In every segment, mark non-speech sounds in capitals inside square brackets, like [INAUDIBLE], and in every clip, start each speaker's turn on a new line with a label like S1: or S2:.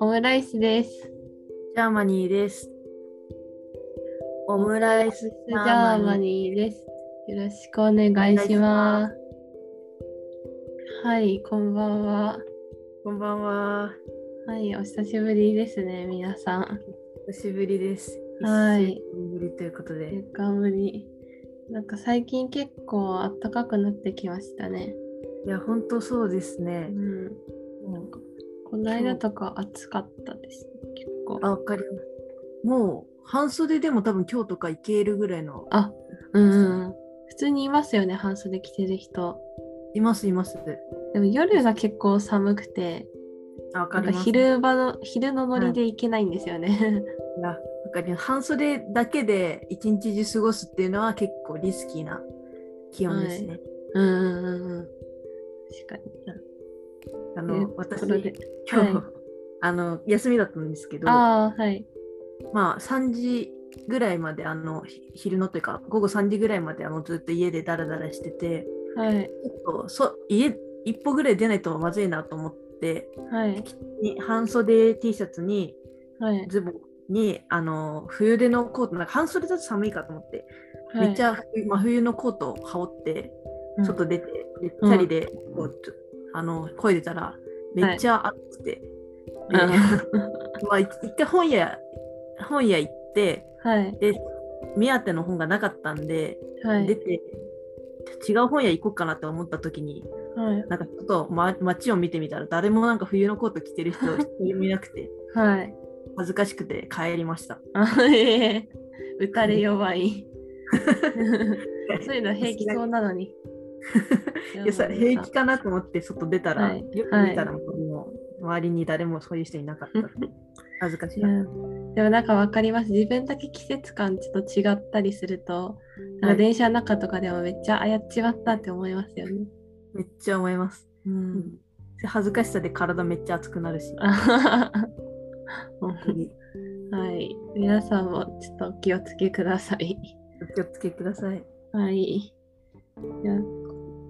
S1: オムライスです。
S2: ジャーマニーです。オムライス
S1: ジャーマニーです。よろしくお願いします。はい、こんばんは。
S2: こんばんは。
S1: はい、お久しぶりですね、皆さん。
S2: 久しぶりです。
S1: はい
S2: 一週間ぶりということで。
S1: 1間ぶり。なんか最近結構暖かくなってきましたね。
S2: いや、本当そうです
S1: う
S2: ね。
S1: ん。
S2: もう
S1: この間とか暑かったですね、結構。
S2: あ、わかります。もう、半袖でも多分今日とかいけるぐらいの。
S1: あ、うんうんうん。普通にいますよね、半袖着てる人。
S2: います、います。
S1: でも夜が結構寒くて、
S2: あ、わか
S1: なん
S2: り
S1: か
S2: ます。
S1: 昼場の、昼のノリで行けないんですよね。
S2: いやわかります半袖だけで一日中過ごすっていうのは結構リスキーな気温ですね。
S1: うんうんうんうん。確かに。
S2: あ
S1: とい
S2: の
S1: う、
S2: 私、
S1: ところで
S2: 今日、
S1: はい
S2: あの、休みだったんですけど、
S1: ああ、はい。
S2: まあ3時ぐらいまであのひ昼のというか午後3時ぐらいまであのずっと家でダラダラしてて
S1: はい。
S2: ちょっとそ家一歩ぐらい出ないとまずいなと思って
S1: はい。
S2: に半袖 T シャツに
S1: はい。
S2: ズボンにあの冬でのコートなんか半袖だと寒いかと思って、めっち
S1: ゃ、
S2: ゃ冬真冬のコートを羽織って
S1: うん
S2: 外出て、で
S1: うん
S2: チャリでこうちょあの声出たらめっちゃ暑くて、で
S1: うん
S2: [LAUGHS] まあ一一回本屋本屋行って
S1: はい。
S2: で目当ての本がなかったんで、
S1: はい。
S2: 出て違う本屋行こうかなって思った時に
S1: はい。
S2: なんかちょっと、ま、街を見てみたら誰もなんか冬のコート着てる
S1: [LAUGHS]
S2: 人一人もいなくて
S1: はい。
S2: 恥ずかしくて帰りました
S1: あええ打たれ弱い。そう [LAUGHS] いうの平気そうなのに。
S2: いやさ平気かなと思って外出たら、
S1: はい
S2: よく見たらもう周りに誰もそういう人いなかった
S1: [LAUGHS]
S2: 恥ずかし
S1: い
S2: い
S1: や
S2: な、
S1: でもなんかわかります。自分だけ季節感ちょっと違ったりすると、なんか電車の中とかでもめっちゃあやっちまったって思いますよね。 [LAUGHS]
S2: めっちゃ思います
S1: うん。
S2: で恥ずかしさで体めっちゃ熱くなるし
S1: あはは
S2: 本当に
S1: ははい。皆さんもちょっとお気をつけください。
S2: お気をつけください
S1: はい。じゃあ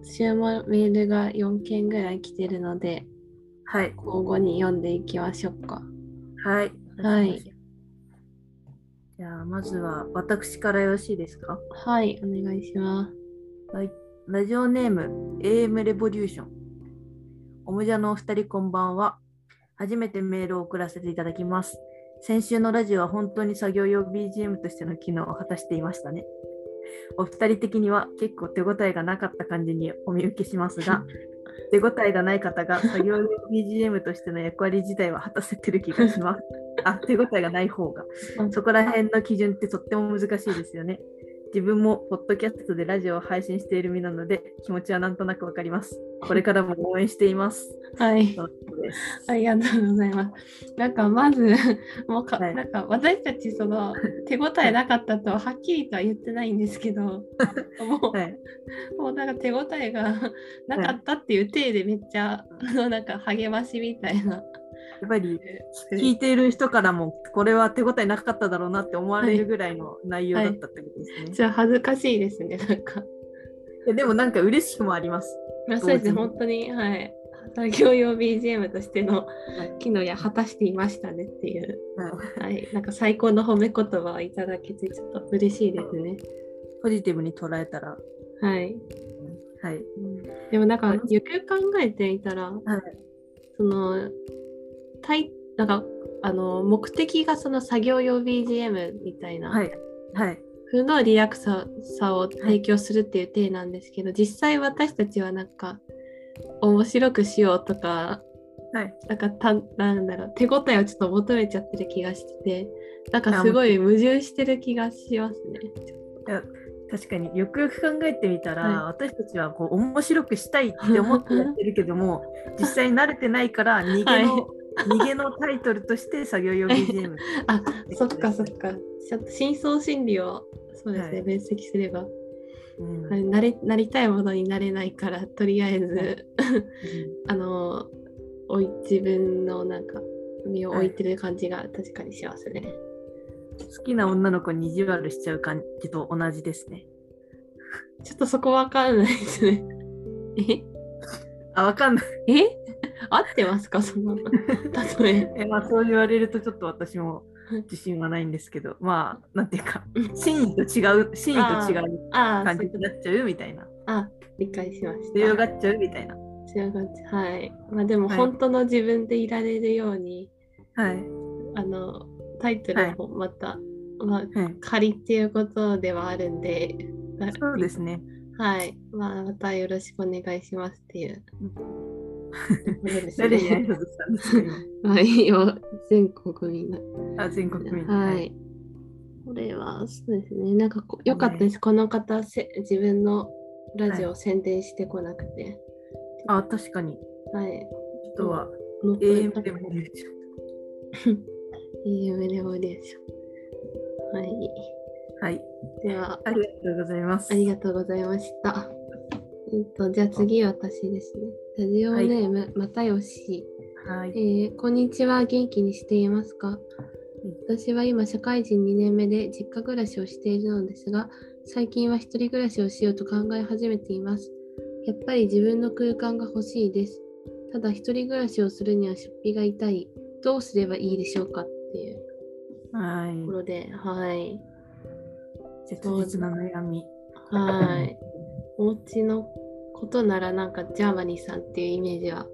S1: 週もメールが4件ぐらい来てるので、
S2: はい
S1: 交互に読んでいきましょうか。
S2: はい。
S1: はい。
S2: じゃあ、まずは私からよろしいですか
S1: はい、お願いします。
S2: はい。ラジオネーム、AM レボリューション。おもじゃのお二人、こんばんは。初めてメールを送らせていただきます。先週のラジオは本当に作業用 BGM としての機能を果たしていましたね。お二人的には結構手応えがなかった感じにお見受けしますが、手応えがない方が作業用 BGM としての役割自体は果たせてる気がします。あ、手応えがない方が。そこら辺の基準ってとっても難しいですよね。自分もポッドキャストでラジオを配信している身なので気持ちはなんとなくわか
S1: [LAUGHS]
S2: ります。これからも応援しています。
S1: はい
S2: そ。うです
S1: ありがとうございます。なんかまず、もうか、
S2: はい
S1: なんか私たちその手応えなかったとははっきりとは言ってないんですけど、もう、
S2: はい、
S1: もうなんか手応えがなかったっていう体でめっちゃ、あのなんか励ましみたいな。
S2: やっぱり聞いている人からもこれは手応えなかっただろうなって思われるぐらいの内容だったってことですね。い
S1: ちょっと恥ずかしいですね、なんか。
S2: やでもなんか嬉しくもあります。
S1: まあ、そうですね、
S2: 同時
S1: 本当に、はい。作業用 BGM としての
S2: い
S1: 機能や果たしていましたねっていう、
S2: はい
S1: はい、なんか最高の褒め言葉をいただけて、ちょっと嬉しいですね。
S2: ポジティブに捉えたら。
S1: はい。
S2: はい、
S1: でもなんか、よくよく考えてみたら、その、たいなんか、あの目的がその作業用 BGM みたいな、
S2: はい、はい、
S1: 風のリラックスさを提供するっていう体なんですけど、実際私たちはなんか面白くしようとか
S2: はい。
S1: なんかたなんだろう手応えをちょっと求めちゃってる気がしててなんかすごい矛盾してる気がしますね。
S2: 確かによくよく考えてみたら、
S1: は
S2: 私たちはこう面白くしたいって思ってやってるけ
S1: [LAUGHS]
S2: ども実際慣れてないから逃げの、
S1: はい
S2: 逃げのタイトルとして作業用 BGM
S1: あそっかそっかちょっと深層心理をそうですね、
S2: はい
S1: 分析すれば、
S2: うん
S1: はい、なれなりたいものになれないからとりあえず [LAUGHS] あのおい自分のなんか身を置いてる感じが確かにしますね。
S2: 好きな女の子に意地悪しちゃう感じと同じですね。
S1: ちょっとそこわかんないです
S2: [LAUGHS]
S1: ね。
S2: あ、わかんない。
S1: ええ合ってますかその例
S2: [LAUGHS]
S1: え。
S2: えまあ、そう言われるとちょっと私も自信はないんですけど、まあ、なんていうか、真意と違う、真意と違う
S1: ああ、
S2: 感
S1: そ
S2: じ
S1: ういうこ
S2: になっちゃうみたいな。
S1: とあ理解しました。
S2: 強がっちゃうみたいな。
S1: 強がっちゃうはい。まあでも、
S2: はい
S1: 本当の自分でいられるように、
S2: はい。
S1: あの、タイトルもまた、まあ、
S2: はい、
S1: 仮っていうことではあるんで、な
S2: そうですね。
S1: はい。まあ、またよろしくお願いしますって
S2: [LAUGHS]
S1: いう。そうですね
S2: 誰に挨拶したんですか今
S1: はい、よ全国民の。
S2: あ全国民。
S1: はい。これは、そうですね。なんかこ、よかったです。この方せ、自分のラジオを宣伝してこなくて。
S2: あ、確かに。
S1: はい。
S2: あとは、
S1: 乗っ取れ
S2: AM
S1: た
S2: でも出ちゃう
S1: AM レボリューション。はい。
S2: はい。
S1: では、
S2: ありがとうございます。
S1: ありがとうございました。えっと、じゃあ次、私ですね。ラジオネーム、又吉。
S2: は
S1: え
S2: い。
S1: ーこんにちは。元気にしていますか私は今、社会人2年目で実家暮らしをしているのですが、最近は一人暮らしをしようと考え始めています。やっぱり自分の空間が欲しいです。ただ、一人暮らしをするには出費が痛い。どうすればいいでしょうかっていう
S2: は
S1: とこ
S2: い。
S1: ろで、はい。
S2: 切実な悩み。
S1: [LAUGHS] はい。お家のことならなんかジャーマニーさんっていうイメージは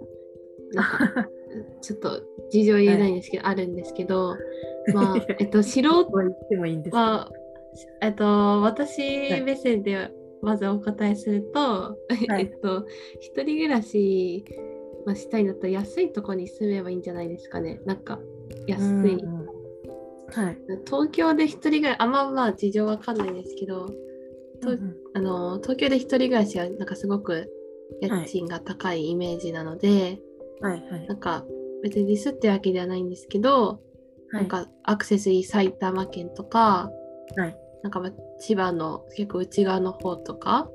S1: なんかちょっと事情言えないんですけど、あるんですけど、まあえっと素人
S2: こう言ってもいいんですか
S1: はえっと
S2: は
S1: 私
S2: い
S1: 目線でまずお答えすると、
S2: はい
S1: えっと一人暮らしまあしたいんだったら安いとこに住めばいいんじゃないですかねなんか安い。
S2: うんはい。
S1: 東京で一人暮らしあんままあ事情わかんないですけどと
S2: うん
S1: あの東京で一人暮らしはなんかすごく家賃が高いイメージなので、
S2: はいはい。
S1: なんか別にディスってわけではないんですけど、なんかアクセスいい埼玉県とか、
S2: はい
S1: なんかまあ千葉の結構内側の方とか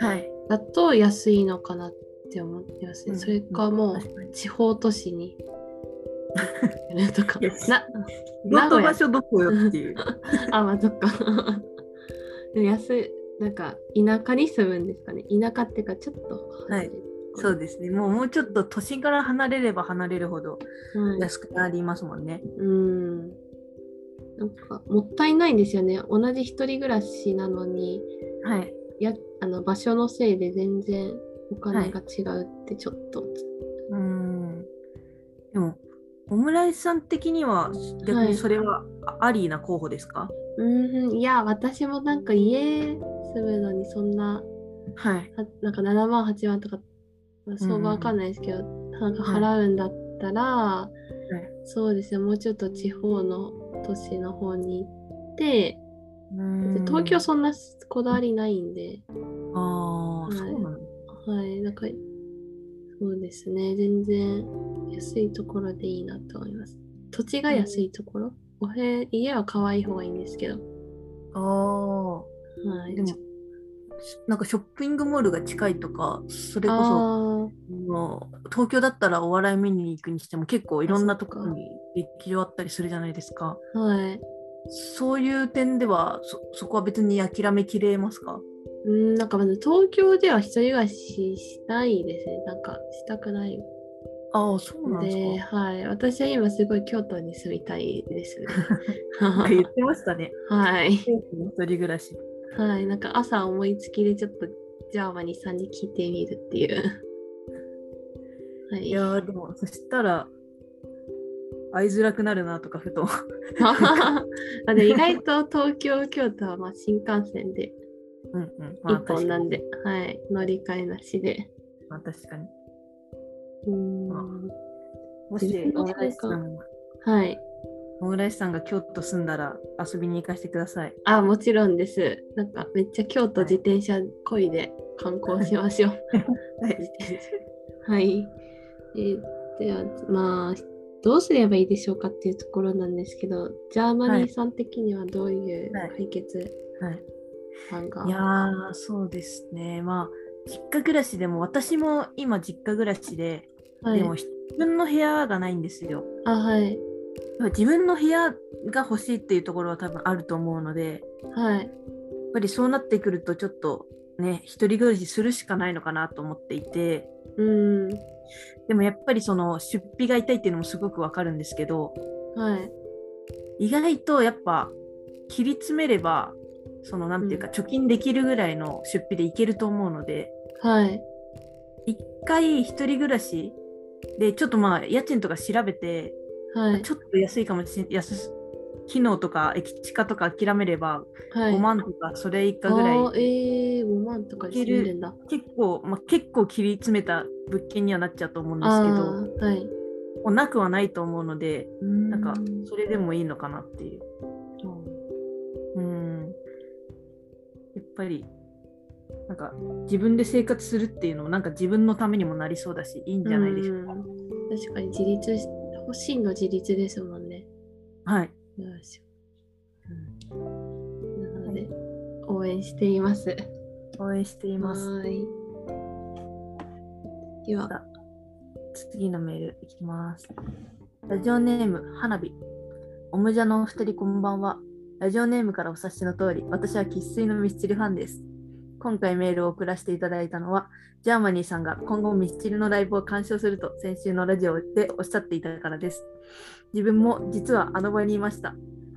S2: はい。
S1: だと安いのかなって思ってますね。
S2: うん
S1: それかも
S2: 確か
S1: う
S2: に
S1: 地方都市にとか
S2: [LAUGHS] いや
S1: な名
S2: ど
S1: 古屋
S2: こ場所どこよっていう。 [LAUGHS]
S1: あまあそっか [LAUGHS] でも安いなんか田舎に住むんですかね田舎っていうかちょっと
S2: はいそうですね。もうもうちょっと都心から離れれば離れるほど
S1: はい
S2: 安くなりますもんね。
S1: うん。なんかもったいないんですよね。同じ一人暮らしなのに、
S2: はい。
S1: やあの場所のせいで全然お金が違うってちょっと。
S2: うーん。でも、オムライスさん的には逆にそれはあありな候補ですか
S1: うん、いや、私もなんか家住むのにそんな、
S2: はい。
S1: はなんか7万、8万とか、まあ相場わかんないですけど、なんか払うんだったら、そうですね、もうちょっと地方の都市の方に行って、で東京そんなこだわりないんで、
S2: ああ、
S1: はい
S2: そうなの。
S1: はい、なんか、そうですね、全然安いところでいいなと思います。土地が安いところ、お部屋家は可愛い方がいいんですけど、
S2: あ
S1: は
S2: あ。
S1: い。
S2: でも、しなんかショッピングモールが近いとか、それこそ
S1: あ
S2: もう東京だったらお笑い見に行くにしても結構いろんなところに劇場あったりするじゃないですか。
S1: あ、はい。
S2: そういう点ではそそこは別に諦めきれますか
S1: うん、なんかまず東京では一人暮らししたいですね、なんかしたくない
S2: ああ、そうな
S1: の
S2: んです
S1: で、
S2: か。
S1: はい。私は今すごい京都に住みたいですね。
S2: [LAUGHS] なんか言ってましたね。
S1: [LAUGHS] はい。
S2: 一人暮らし。
S1: はい、なんか朝思いつきでちょっとジャーマニーさんに聞いてみるっていう。 [LAUGHS] はい。
S2: いやーでもそしたら会いづらくなるなとかふと。
S1: [LAUGHS]
S2: [LAUGHS]
S1: まあでも意外と東京、京都はまあ新幹線で
S2: うんうん。まあ
S1: 一
S2: 確か
S1: 本
S2: に。
S1: なんで、はい、乗り換えなしで。
S2: まあ確かに。
S1: うーん
S2: もしオムライスさんが
S1: はい。
S2: オムライスさんが京都住んだら遊びに行かせてください。
S1: あ、もちろんです。なんかめっちゃ京都自転車こいで観光しましょ
S2: [LAUGHS]
S1: う。 [LAUGHS]
S2: はい。
S1: はい。えでは、まあ、どうすればいいでしょうかっていうところなんですけど、ジャーマニーさん的にはどういう
S2: はい
S1: 解決
S2: はい
S1: 案が、
S2: いやーそうですね。まあ実家暮らしでも私も今実家暮らしで、
S1: はい
S2: でも自分の部屋がないんですよ。
S1: あ、はい。
S2: 自分の部屋が欲しいっていうところは多分あると思うのでやっ
S1: はい。
S2: ぱりそうなってくるとちょっとね、一人暮らしするしかないのかなと思っていて、
S1: うん。
S2: でもやっぱりその出費が痛いっていうのもすごくわかるんですけど、
S1: はい。
S2: 意外とやっぱ切り詰めれば、そのなんていうか、
S1: う
S2: 貯金できるぐらいの出費でいけると思うので、
S1: はい。
S2: 一回一人暮らしで、ちょっとまあ家賃とか調べて、
S1: はい。
S2: ちょっと安いかもしれない、安す機能とか駅地下とか諦めれば、
S1: はい。
S2: 5万とかそれ以下ぐらい、
S1: あーえー、5万とかで住んでんだ。
S2: 結構、まあ、結構切り詰めた物件にはなっちゃうと思うんです
S1: あ
S2: け
S1: あ
S2: ど、
S1: ーはい。
S2: もうなくはないと思うので、
S1: な
S2: なんかそれでもいいのかなっていう。うん。やっぱり、なんか自分で生活するっていうのも、なんか自分のためにもなりそうだし、いいんじゃないでしょうか。
S1: 確かに自立し、欲しいの自立ですもんね。
S2: はい。
S1: よいしょなので、応援しています。
S2: 応援しています。
S1: はーい。では、
S2: 次のメールいきます。ラジオネーム、花火。おむじゃのお二人、こんばんは。ラジオネームからお察しの通り、私は生粋のミスチルファンです。今回メールを送らせていただいたのは、ジャーマニーさんが今後ミスチルのライブを鑑賞すると先週のラジオでおっしゃっていたからです。自分も実はあの場にいました。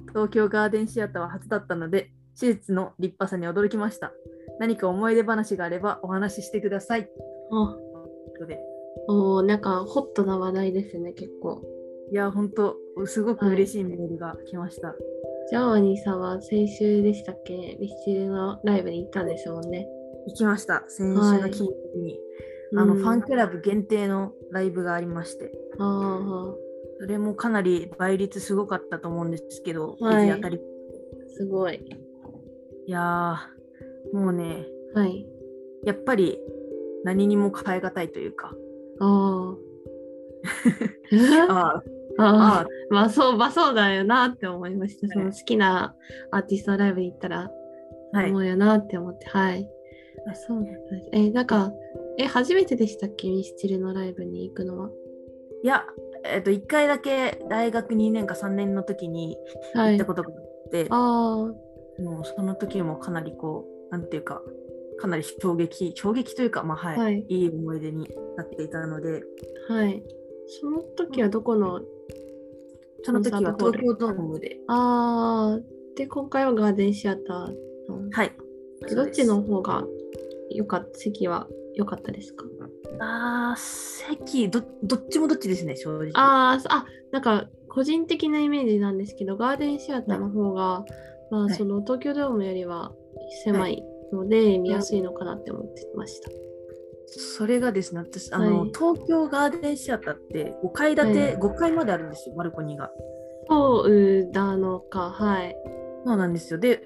S2: 東京ガーデンシアターは初だったので、手術の立派さに驚きました。何か思い出話があればお話ししてください。という
S1: あ
S2: ことで
S1: おーなんかホットな話題ですね、結構。
S2: いや、本当すごく嬉しいメールが来ました。
S1: ジャワニーさんは先週でしたっけミスチルのライブに行ったんですもんね。
S2: 行きました。先週の金曜日に、あの、ファンクラブ限定のライブがありまして、
S1: ああ、
S2: それもかなり倍率すごかったと思うんですけど、
S1: はい
S2: 無事当たり。
S1: すごい。
S2: いやー、もうね、
S1: はい。
S2: やっぱり何にも変えがたいというか、
S1: あ
S2: [LAUGHS]
S1: あ。
S2: あー
S1: ああ
S2: あー、
S1: まあそう、まあそうだよなって思いました。そ
S2: は
S1: の
S2: い
S1: 好きなアーティストのライブに行ったら、
S2: はい
S1: 思。うよなって思って、はい。あそうなんですえ、なんか、え、初めてでしたっけミスチルのライブに行くのは。
S2: いや、えっ、と、1回だけ大学2年か3年の時に
S1: は
S2: 行っ
S1: い
S2: た。ことがあって、
S1: あ
S2: もうその時もかなりこう、なんていうか、かなり衝撃、衝撃というか、まあはい、
S1: はい
S2: い、い思い出になっていたので、
S1: あ、はい。その時はどこの、
S2: その時は
S1: コンサートホ
S2: 東
S1: ール
S2: 京ドームで、
S1: ああ、で、今回はガーデンシアターの。
S2: はい。
S1: どっち
S2: そう
S1: の
S2: で
S1: 方が良かった、席は良かったですか
S2: すああ、席ど、どっちもどっちですね、正直。
S1: あーそあ、なんか個人的なイメージなんですけど、ガーデンシアターの方が、まあ
S2: はい
S1: その東京ドームよりは狭いので、見やすいのかなって思ってました。
S2: それがですね、私、あの、
S1: はい
S2: 東京ガーデンシアターって5階建
S1: はい
S2: て、5階まであるんですよ、バルコニーが。
S1: そうなのか、はい。
S2: そうなんですよ。で、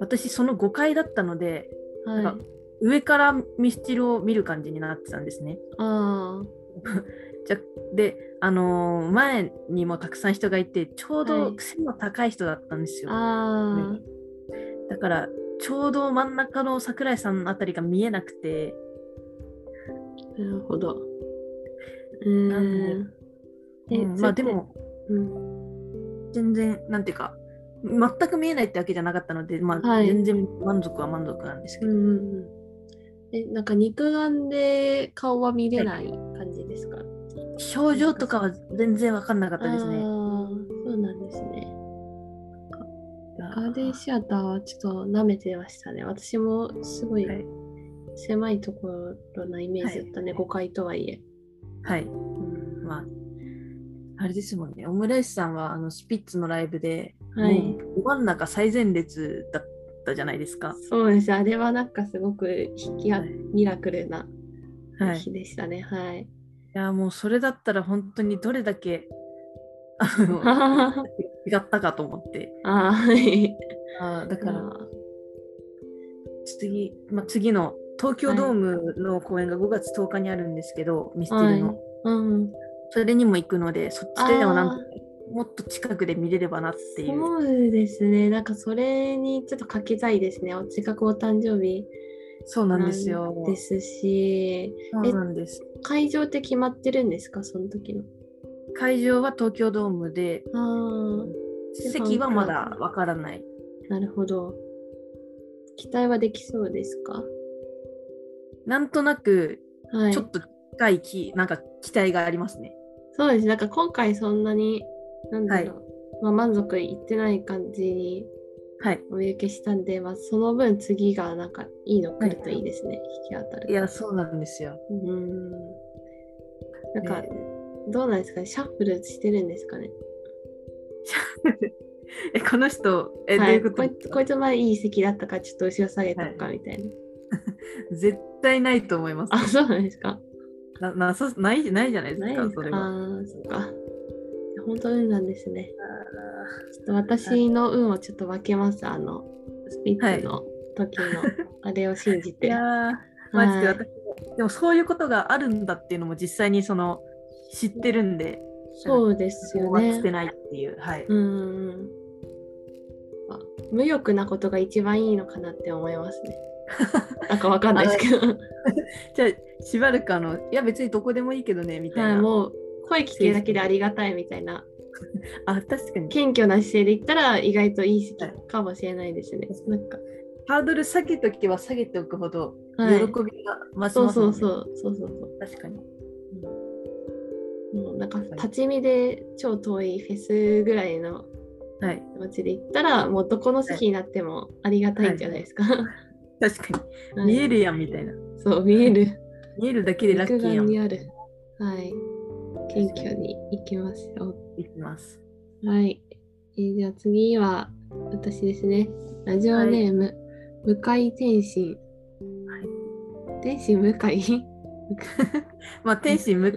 S2: 私、その5階だったので、
S1: はい。
S2: なんか上からミスチルを見る感じになってたんですね。
S1: あ
S2: じゃで、あのー前にもたくさん人がいてちょう
S1: は
S2: ど
S1: い
S2: 背の高い人だったんです
S1: ー
S2: よ、
S1: あ
S2: だからちょうど真ん中の桜井さんあたりが見えなくて
S1: ー、なるほど。うーん。え
S2: うんまあで、
S1: それって
S2: も
S1: うん、
S2: 全然なんていうか全く見えないってわけじゃなかったので、まあ
S1: はい
S2: 全然満足は満足なんですけ
S1: うん
S2: ど、
S1: うんうん。え、なんか肉眼で顔は見れない感じですか、
S2: 表情とかは全然分かんなかったです
S1: あ
S2: ね。
S1: ーそうなんですね。ガーデンシアターはちょっと舐めてましたね。私もすごい
S2: はい
S1: 狭いところなイメージだったね、
S2: はい
S1: 5階とはいえ。
S2: はい、
S1: うん
S2: まああれですもんねオムライスさんはあのスピッツのライブで、
S1: はい
S2: もうど真ん中最前列だったじゃないですか。
S1: そうです。あれはなんかすごく引きあ
S2: はい
S1: ミラクルな
S2: はい、
S1: 日でしたね。はい。
S2: いやもうそれだったら本当にどれだけあの違ったかと思って
S1: あー [LAUGHS] はい。
S2: あーだから
S1: あ
S2: 次,、まあ、次の東京ドームの公演が5月10日にあるんですけど、ミステルの、
S1: はいうん。
S2: それにも行くのでそっちでもなんかもっと近くで見れればなっていう
S1: そうですね。なんかそれにちょっとかけたいですね。お近くお誕生日
S2: そうなんですよ
S1: ですし、
S2: そうなんです
S1: 会場って決まってるんですか、その時の。
S2: 会場は東京ドームで
S1: ああ。
S2: 席はまだわからない
S1: なるほど。期待はできそうですか
S2: なんとなく
S1: はい
S2: ちょっと近いき、なんか期待がありますね。
S1: そうですなんか今回そんなになんだろう、まあ、満足いってない感じに
S2: はい。
S1: お見受けしたんで、まあ、その分次がなんかいいの来るといいですね、引き当たると
S2: いや、そうなんですよ。
S1: うーんなんか
S2: ね
S1: どうなんですかねシャッフルしてるんですかね
S2: え、この人、え、
S1: はい、
S2: どういうこと
S1: こいつこいつまでいい席だったかちょっと後ろ下げたかみたいな、
S2: 絶対ないと思います。
S1: あそうなんですか
S2: ななさないないじゃないです
S1: ない
S2: か、
S1: です
S2: そ
S1: か
S2: れ
S1: あ
S2: は。
S1: ーそっか本当運なんですねちょっと私の運をちょっと分けますあのスピッツの時のあれを信じ
S2: い
S1: て、
S2: や
S1: はい
S2: ー、マジで私も、でもそういうことがあるんだっていうのも実際にその知ってるんで、
S1: そうですよ
S2: 終わって
S1: ね
S2: ないっていう。はい。
S1: うんあ無欲なことが一番いいのかなって思います
S2: [LAUGHS]
S1: ねなんかわかんないですけど
S2: じゃあ、しばらくあの、いや、別にどこでもいいけどね、みたい
S1: はい、
S2: な。
S1: もう声聞けるだけでありがたいみたいな
S2: あ、確かに。
S1: 謙虚な姿勢で言ったら意外といい席かもしれないですね。なんか、
S2: ハードル下げとけば下げておくほど、
S1: はい、
S2: 喜びが増します
S1: そ
S2: もんね、
S1: うそうそうそうそうそ
S2: 確かに。
S1: う。もうなんか立ち見で超遠いフェスぐらいの
S2: はい。
S1: 気持ちで行ったらもうどこの席になってもありがたいんじゃないですか。
S2: 確か
S1: [LAUGHS] は
S2: に。
S1: い
S2: 見えるやんみたいな。
S1: そう見える。
S2: 見えるだけでラッ
S1: 肉
S2: キーや
S1: 眼
S2: ん。
S1: にある。はい。謙虚に行きましょう。
S2: いきます。
S1: はい。えーじゃあ次は私ですね。ラジオネーム、向井天心。天心向井
S2: まあ、天心向井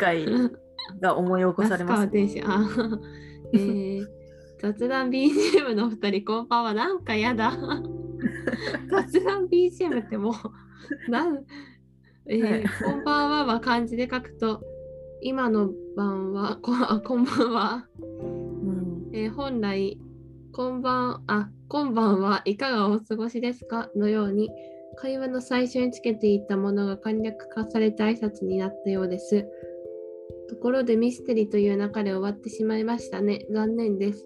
S2: が思い起こされま
S1: 安川。
S2: す
S1: 天心。あー [LAUGHS] えー雑談 BGM のお二人、こんばんは。なんかや
S2: [LAUGHS]
S1: だ。雑談 BGM ってもう、なん、えー
S2: はい
S1: こんばんはは漢字で書くと、今の晩は、こあこんばんは。
S2: うん
S1: えー本来こんばんあ今晩はいかがお過ごしですかのように会話の最初につけていたものが簡略化された挨拶になったようですところでミステリーという中で終わってしまいましたね残念です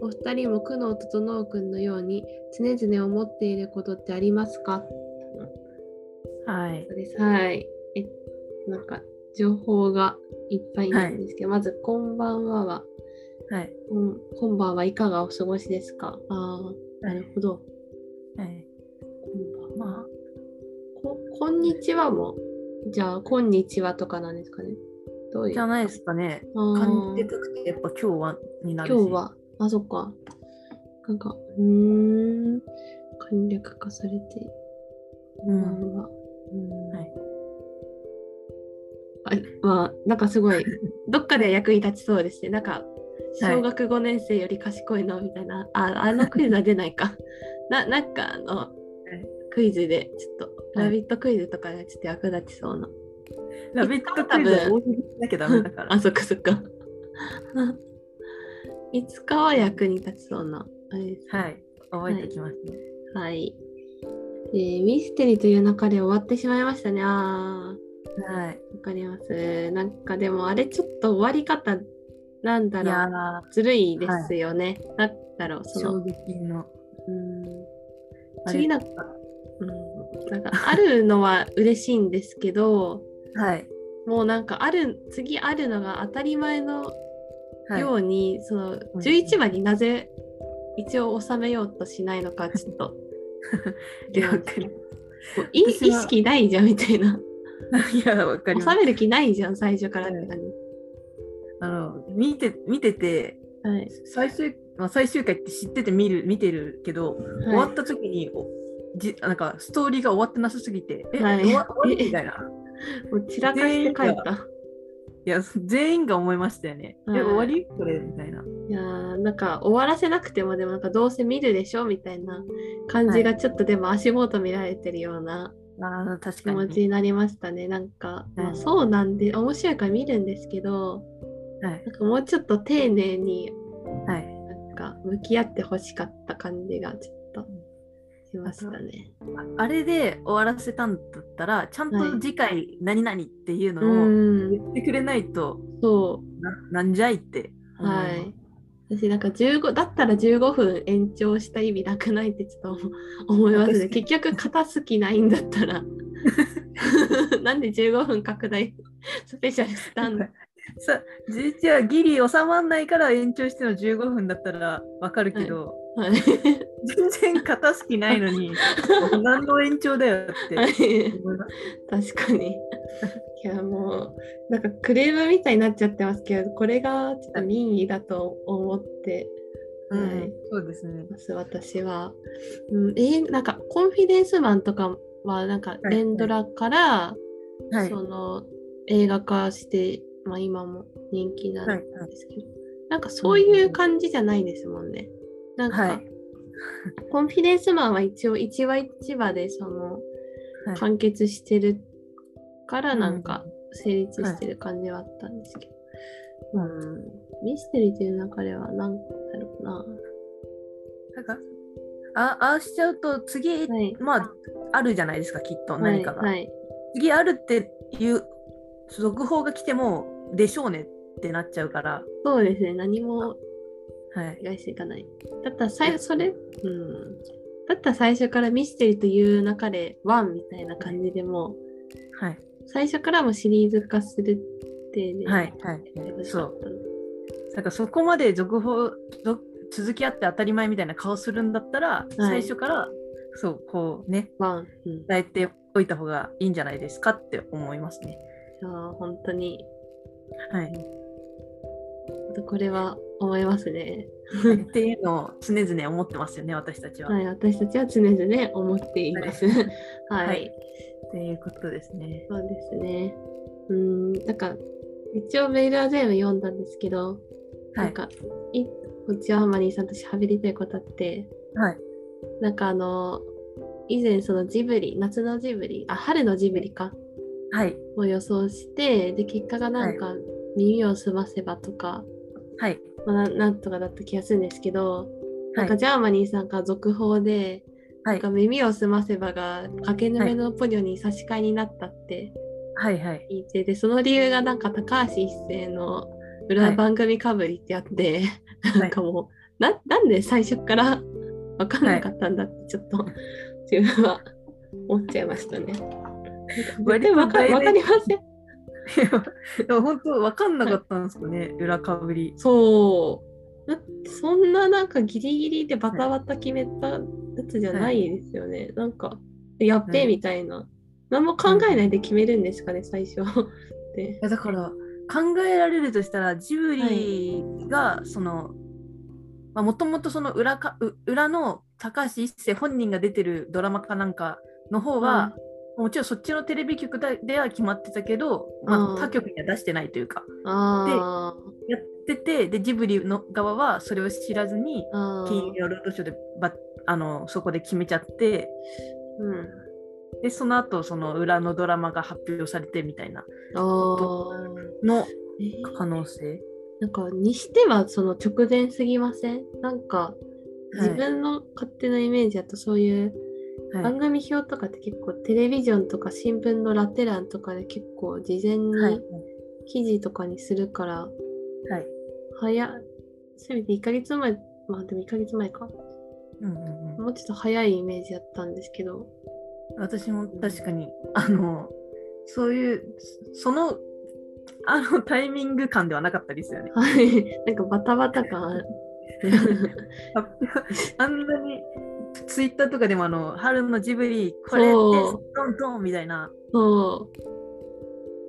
S1: お二人も久能整君のように常々思っていることってありますか
S2: はい
S1: そ。うですはいえなんか情報がいっぱいなんですけど、まずこんばんはは
S2: はい。
S1: うん、今晩はいかがお過ごしですかああ、なるほど。
S2: はい。
S1: こんばんは
S2: まあ、
S1: ここんにちはも、じゃあ、こんにちはとかなんですかね。どういう
S2: じゃないですかね。
S1: あー
S2: 感じで書くと、やっぱ今日はになるし。
S1: 今日は、あ、そっか。なんか、うーん、簡略化されて、
S2: う
S1: こ
S2: ん。
S1: んばんは。うん
S2: はい
S1: はい、まあ、なんかすごい、どっかで役に立ちそうですね。なんか、小学5年生より賢いのみたいな、ああのクイズは出ないか。 [LAUGHS] ななんかあの、クイズで、ちょっと、
S2: はい
S1: ラビットクイズとかがちょっと役立ちそうな。
S2: ラビットクイズは大喜利しなきゃダメだから
S1: あ、。そっかそっか。 [LAUGHS] いつかは役に立ちそうな。あれです
S2: はい。覚えてきましたね。
S1: はい。えーミステリーという中で終わってしまいましたね。あー。
S2: はい。
S1: わかります。なんかでもあれちょっと終わり方なんだ
S2: いや
S1: ろう
S2: ー、
S1: ずるいですよね。なんだろうそ
S2: 衝
S1: の
S2: 撃の。
S1: うん
S2: あれ
S1: 次なんか、うん、なんかあるのは嬉しいんですけど、
S2: はい。
S1: もうなんかある次あるのが当たり前の
S2: はい。
S1: ように、その11話になぜ一応収めようとしないのかちょっ
S2: [LAUGHS]
S1: と
S2: いや、わかる。
S1: もうい意
S2: 私は
S1: 識ないじゃんみたいな。 [LAUGHS]
S2: いや、わかります
S1: 収。める気ないじゃん最初からって感じ。
S2: あの、見て、見てて、
S1: はい。
S2: 最終、まあ、最終回って知ってて見る、見てるけど、終わった時に、おじなんかストーリーが終わってなさすぎて、え、
S1: はい
S2: 終わ終わりみたいな。
S1: もう散らかして帰った。
S2: いや、全員が思いましたよね。
S1: はい
S2: え、終わりこれみたいな。
S1: いやーなんか終わらせなくてもでもなんかどうせ見るでしょみたいな感じがちょっとでも足元見られてるような
S2: ああ、確
S1: 気
S2: か
S1: 持ち
S2: に。
S1: になりましたね。なんか、ま
S2: は
S1: あ、
S2: い
S1: そうなんで面白いから見るんですけど
S2: はい。
S1: なんかもうちょっと丁寧に
S2: はい。
S1: なんか向き合ってほしかった感じがちょっとしましたね。
S2: ああれで終わらせたんだったら、ちゃん
S1: は
S2: と
S1: い
S2: 次回何々っていう
S1: う
S2: のを
S1: ん
S2: 言ってくれないと、
S1: そ
S2: ななんじゃいって
S1: う
S2: 思いま
S1: は
S2: す。
S1: い。私なんか15だったら15分延長した意味なくないってちょっと思思いますね。
S2: 確か
S1: [LAUGHS]
S2: に
S1: 結局片付きないんだったら。なんで15分拡大スペシャルしたんだ。
S2: [LAUGHS] さ11はギリ収まんないから延長しての15分だったらわかるけど、
S1: はい
S2: 全然片すきないのに何の延長だよって
S1: は
S2: 思
S1: い
S2: います
S1: 確かに。いやもうなんかクレームみたいになっちゃってますけどこれがちょっと任意だと思って
S2: う
S1: はい
S2: ん、そうですね。
S1: ます私は。うん、えーなんかコンフィデンスマンとかはなんか
S2: い
S1: 連ドラから、
S2: はい。
S1: その映画化して、まあ、今も人気なん
S2: はい
S1: ですけど、なんかそういう感じじゃないですもんね。なんか、
S2: はい
S1: コンフィデンスマンは一応一話一話でその
S2: はい
S1: 完結してるから
S2: うん
S1: なんか成立してる感じはあったんですけど、うん、ミステリーという流れは何だろうな。
S2: なんかあああしちゃうと次、
S1: はい
S2: まああるじゃないですかきっと何かが、
S1: はいはい
S2: 次あるっていう続報が来てもでしょうねってなっちゃうから、
S1: そうですね何も
S2: はい、
S1: 返していかない。だったら最それ、うん。だったら最初からミステリーという中でワンみたいな感じでもう、
S2: はい、
S1: 最初からもシリーズ化するってね、
S2: はいはい
S1: やってほしかったね。
S2: なんかそこまで続報ぞ続きあって当たり前みたいな顔するんだったら、最初からそうこうね
S1: ワン。うん。い
S2: 伝えておいた方がいいんじゃないですかって思いますね。
S1: やー本当に、
S2: はい、
S1: 本当これは思いますね。
S2: っていうのを常々思ってますよね私たちは。
S1: はい、私たちは常々思っています。 [LAUGHS] はい、
S2: はいということですね。
S1: そうですね。うん、なんか、一応メールは全部読んだんですけど、
S2: は
S1: なん
S2: い、
S1: か、い、こっちはハマリーさんと喋りたいことあって、
S2: はい、
S1: なんかあの以前そのジブリ夏のジブリあ春のジブリか
S2: はい、
S1: を予想してで結果がなんか耳をすませばとか、
S2: はい、
S1: まあ、ななんとかだった気がするんですけど、な
S2: は
S1: んか
S2: い、
S1: ジャーマニーさんから続報で、
S2: は
S1: なん
S2: い
S1: か、耳をすませばが駆け抜めのポニョに差し替えになったって
S2: はい、はい、
S1: 聞いてでその理由がなんか高橋一生の裏番組かぶりってあって、
S2: い
S1: なんかもうななんで最初から分かんなかったんだってちょっと自分は思っちゃいましたね。
S2: 割
S1: で
S2: と
S1: も分か
S2: 大々
S1: 分かりません。
S2: [LAUGHS] でも本当わかんなかったんですよね、裏かぶり。
S1: そう。だってそんななんかギリギリでバタバタ決めたやつじゃないですよね。なんかやっべえみたいな。何も考えないで決めるんですかね、最初。で
S2: いやだから考えられるとしたらジブリがそのもともとその裏かう裏の高橋一生本人が出てるドラマかなんかの方は、もちろんそっちのテレビ局だでは決まってたけど、ま
S1: うん
S2: あ、他局には出してないというか
S1: あー
S2: やっててでジブリの側はそれを知らずに
S1: あー。
S2: 金曜ロードショーでばあのそこで決めちゃって
S1: うん
S2: でその後その裏のドラマが発表されてみたいな
S1: あー
S2: の
S1: えー
S2: 可能性。
S1: なんかにしてはその直前すぎませんなんか自分の勝手なイメージだとそういう
S2: はいはい
S1: 番組表とかって結構テレビジョンとか新聞のラテ欄とかで結構事前
S2: はい
S1: に記事とかにするから、
S2: はい
S1: 早せめて1ヶ月前まあでも1ヶ月前か
S2: うんうんうん
S1: もうちょっと早いイメージだったんですけど
S2: 私も確かに、あのそういうそのあのタイミング感ではなかったです
S1: [LAUGHS]
S2: よね。
S1: はいなんかバタバタ感
S2: 発表あんなにツイッターとかでもあの春のジブリこれって
S1: そ
S2: ドンドンみたいな
S1: [LAUGHS] そ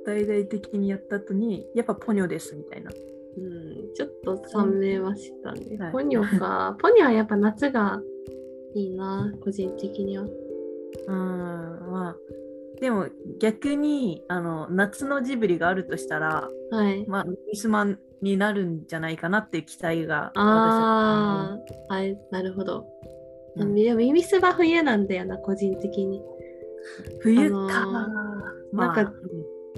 S2: 大々的にやった後にやっぱポニョですみたいな。
S1: う、うん、ちょっと冷めましたね、
S2: はい
S1: ポニョかポニョはやっぱ夏がいいな個人的には
S2: うーんまあでも逆にあの夏のジブリがあるとしたら、
S1: はい
S2: まあ、ミスマンになるんじゃないかなっていう期待が私は
S1: ああ、あれ、なるほど。
S2: うん
S1: でも、耳すば冬なんだよな、個人的に。
S2: 冬か、
S1: あのー
S2: まあ
S1: なんか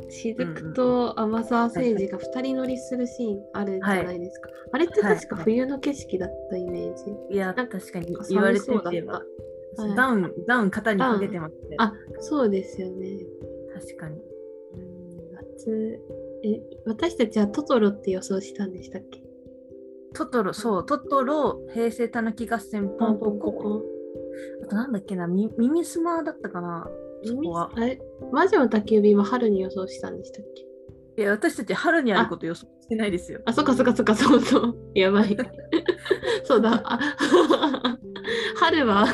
S1: 雫と天沢誠治が2人乗りするシーンあるじゃないですか。あれって確か
S2: はい
S1: 冬の景色だったイメージ。
S2: いや、
S1: なん
S2: 確かに
S1: 寒
S2: 言われて
S1: そうだ
S2: み
S1: っ
S2: れば、
S1: たはい
S2: ダウン、ダウン肩にかけてますね。
S1: あそうですよね。
S2: 確かに。
S1: うん夏え私たちはトトロって予想したんでしたっけ
S2: トトロ、そう、トトロ、平成たぬき合戦、ポンポンココ。あとなんだっけな、ミミニスマだったかな。そ
S1: 耳
S2: こは
S1: あれ魔女の宅急便は春に予想したんでしたっけ
S2: いや、私たち春にあること予想してないですよ。
S1: あ、そっかそっかそっか、そうそう。や
S2: [LAUGHS]
S1: ばい。そうだ。 [LAUGHS] あ春は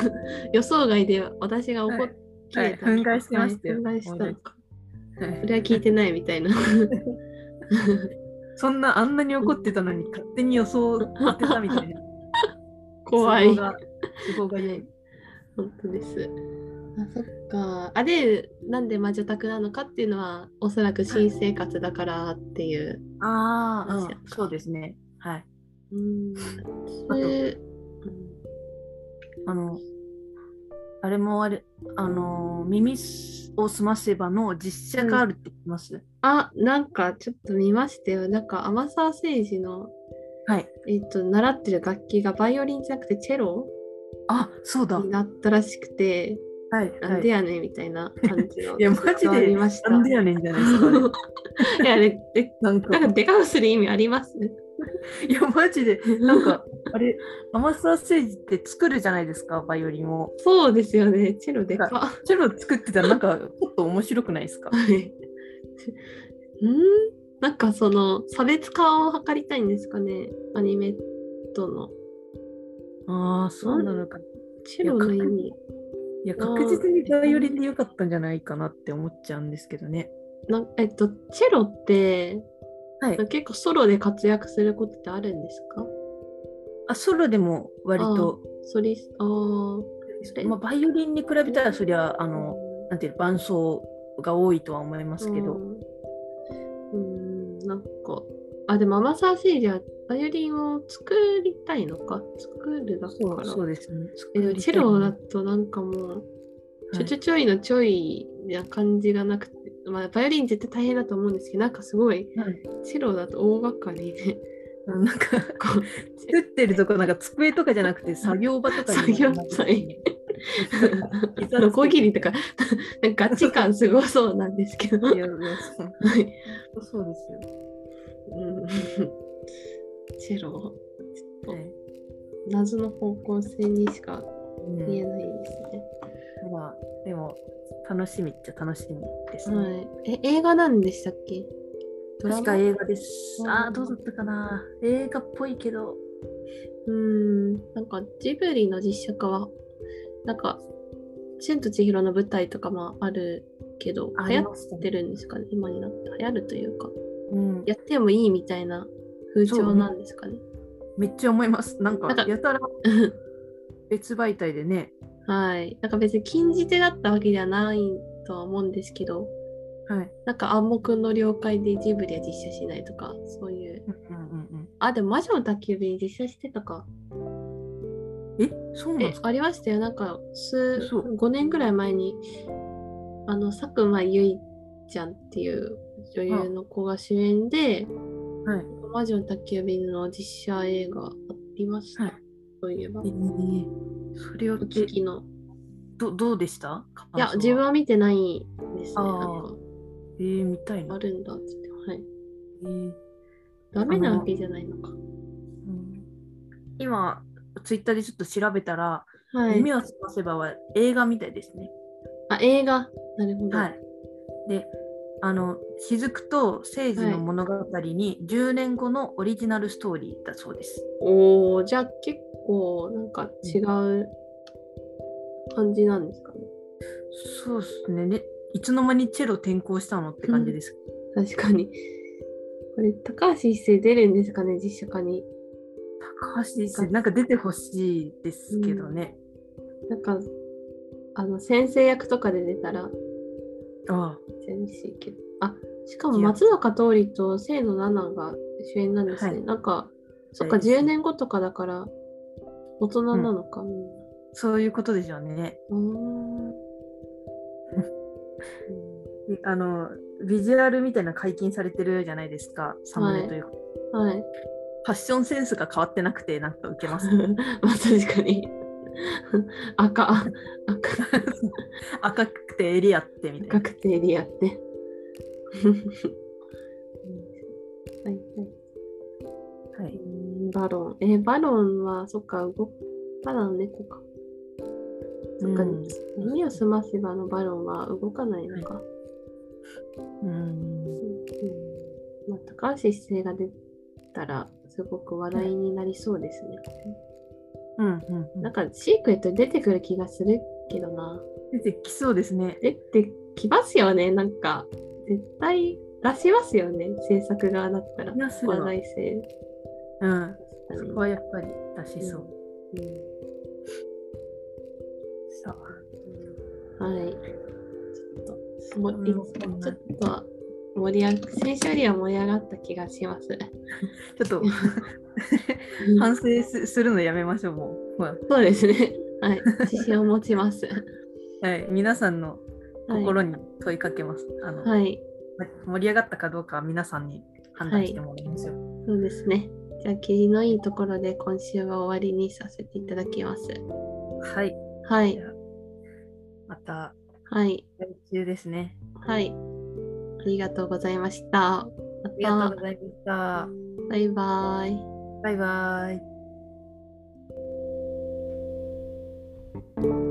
S1: 予想外で私が怒って、
S2: はいはい憤慨してましたよ
S1: はい憤慨したのか。
S2: はい
S1: それは聞いてないみたい
S2: [LAUGHS]
S1: な。
S2: そんなあんなに怒ってたのに勝手に予想当てたみたいな。
S1: [LAUGHS] 怖い
S2: 都合。が都合が良い。
S1: 本当です。あ、そっか。あ、で、なんで魔女宅なのかっていうのは、おそらく新生活だからっていう。
S2: あ
S1: あ
S2: あ、うん、そうですね。はい。
S1: うん。それうん
S2: あの、あれもあれ、あの、耳すをすませばの実写があるって言います。
S1: あ、なんかちょっと見ましたよ。なんか天沢誠治の、
S2: はい。
S1: えっと、習ってる楽器がバイオリンじゃなくてチェロ
S2: あ、そうだ。は
S1: になったらしくて、
S2: い。
S1: なんでやねんみた [LAUGHS] いな感じの。
S2: いやマジで
S1: ありました。
S2: なんでやねんじゃないですかあ
S1: [LAUGHS]
S2: れ。
S1: いや、ね、で
S2: なんか
S1: なん、かでかくする意味あります
S2: いや、マジで、
S1: な
S2: なん、か、あれ、甘さ政治って作るじゃないですか、バイオリンを。
S1: [LAUGHS] そうですよね。チェロでか。は
S2: チェロ作ってたら、なんか、ちょっと面白くないですか。
S1: い。うんなんかその差別化を図りたいんですかね、アニメとの。
S2: ああ、そうなのか。
S1: チェロの意味。
S2: いや、確実にバイオリンでよかったんじゃないかなって思っちゃうんですけどね。
S1: なんえっと、チェロって、
S2: はい。
S1: 結構ソロで活躍することってあるんですか
S2: あ、ソロでも割と、
S1: ソリスあーあ
S2: まあ、バイオリンに比べたら、そりゃ、あの、
S1: うん
S2: なんていうの伴奏が多いとは思いますけど。
S1: うん、うんなんかあでも天沢聖治はバイオリンを作りたいのか作るだから
S2: そうですね。
S1: えでもチェロだとなんかもうちょちょちょいのちょいな感じがなくて、まあバイオリン絶対大変だと思うんですけどなんかすごい
S2: はい
S1: チェロだと大掛かりで、 [LAUGHS]
S2: なんか
S1: こう
S2: 作ってるとこなんか机とかじゃなくて作業場とか
S1: 作業場
S2: [LAUGHS] に
S1: あの小切りとか、 [LAUGHS] なんかガチ感すごそうなんですけど。
S2: いやいやそう
S1: はい
S2: そうですよ、
S1: うんチェロ、ちょっ
S2: ね
S1: と謎の方向性にしか
S2: うん
S1: 見えないですね。
S2: まあでも楽しみっちゃ楽しみですね、
S1: はい、え映画なんでしたっけドラ
S2: 確
S1: マ
S2: か映画です
S1: ドラマ
S2: あーどうだったかな映画っぽいけど
S1: うん、なんかジブリの実写化は、なんか、千と千尋の舞台とかもあるけど、流行っ
S2: って
S1: るんですかね、今になって。流行るというか、
S2: うん、
S1: やってもいいみたいな風
S2: そう
S1: 潮
S2: ね
S1: なんですかね。
S2: めっちゃ思いますなんか
S1: なんか
S2: やたら別媒体でね
S1: [LAUGHS] はい。なんか別に禁じ手だったわけではないとは思うんですけど、
S2: はい、
S1: なんか暗黙の了解でジブリは実写しないとか、そういう。
S2: うんうん
S1: あ、でも魔女の宅急便実写してたか。
S2: うん、えそうなんで
S1: え
S2: す、か
S1: ありましたよ。なんか数、
S2: そう
S1: 5年ぐらい前に、あの、佐久間由衣ちゃんっていう女優の子が主演で、
S2: はい
S1: 魔女の宅急便の実写映画ありました。
S2: はい
S1: そういえば
S2: え。ーそれを
S1: お聞きの。
S2: どどうでした
S1: いや、
S2: 感想
S1: 自分は見てないですね。
S2: あー
S1: なんか
S2: えー、見たいな
S1: あるんだっつって。はい。
S2: えー
S1: ダメなわけじゃないのか。
S2: うん今、ツイッターでちょっと調べたら、
S1: はい。
S2: 耳を澄ませばは映画みたいですね。
S1: あ、映画。なるほど。
S2: はい。で、あの、雫と聖治の物語に10年後のオリジナルストーリーだそうです。
S1: おお、じゃあ結構なんか違う感じなんですかね。
S2: そうですねね。いつの間にチェロ転校したのって感じです。
S1: 確かに。これ、高橋一生出るんですかね、実写化に。
S2: 高橋一生、なんか出てほしいですけどね。
S1: なんか、あの、先生役とかで出たら、
S2: あ
S1: 全然しいけど。あ、しかも松坂桃李と清野菜名が主演なんですね。
S2: はい
S1: なんか、そっか、
S2: そうですね
S1: 10年後とかだから、大人なのか、みんな。
S2: あ、そういうことでしょうね。
S1: うー
S2: [LAUGHS]
S1: ん
S2: あの、ビジュアルみたいな解禁されてるじゃないですか、サムネというか。
S1: はい。 [LAUGHS]
S2: ファッションセンスが変わってなくて、なんか受け [LAUGHS] ます。
S1: まあ確かに。 [LAUGHS] 赤、赤、
S2: 赤くて襟あってみたいな
S1: 赤。くてエリアって。はいはい。
S2: は
S1: う
S2: い、
S1: んバロン。え、バロンは、そっか、動く。バロン猫か。そっか、
S2: うん
S1: 耳を澄ませばのバロンは動かないのか。
S2: うん。
S1: うんまあ、高橋一生が出たらすごく話題になりそうですね。
S2: うんうんうん。
S1: なんかシークレットに出てくる気がするけどな。
S2: 出てきそうですね。
S1: 出てきますよね、なんか。絶対出しますよね、制作側だったら。
S2: 出すわ
S1: 話題性だ
S2: うん。
S1: ね。
S2: そこはやっぱり出しそう。
S1: うん
S2: さあ
S1: はい。ちょっと、も
S2: そん
S1: う
S2: な
S1: ち
S2: こん
S1: ょ
S2: な
S1: っと盛り上が、先週よりは盛り上がった気がします。
S2: [LAUGHS] ちょっと反省すするのやめましょう、もう。ま
S1: そうですね。
S2: [LAUGHS]
S1: はい。自信を持ちます。
S2: あはい、皆さんの
S1: はい
S2: 心に問いかけます。あの
S1: はい。
S2: ま盛り上がったかどうかは皆さんに判断してもらいますよ。
S1: そうですね。じゃあ、霧のいいところで今週は終わりにさせていただきます。
S2: はい。
S1: はい
S2: じ。ゃあまた
S1: はい。
S2: 来週ですね。
S1: はい。ありがとうございました。
S2: ありが
S1: ま
S2: とう
S1: た
S2: ご、ざいました。
S1: バイバイ。
S2: バイバイ。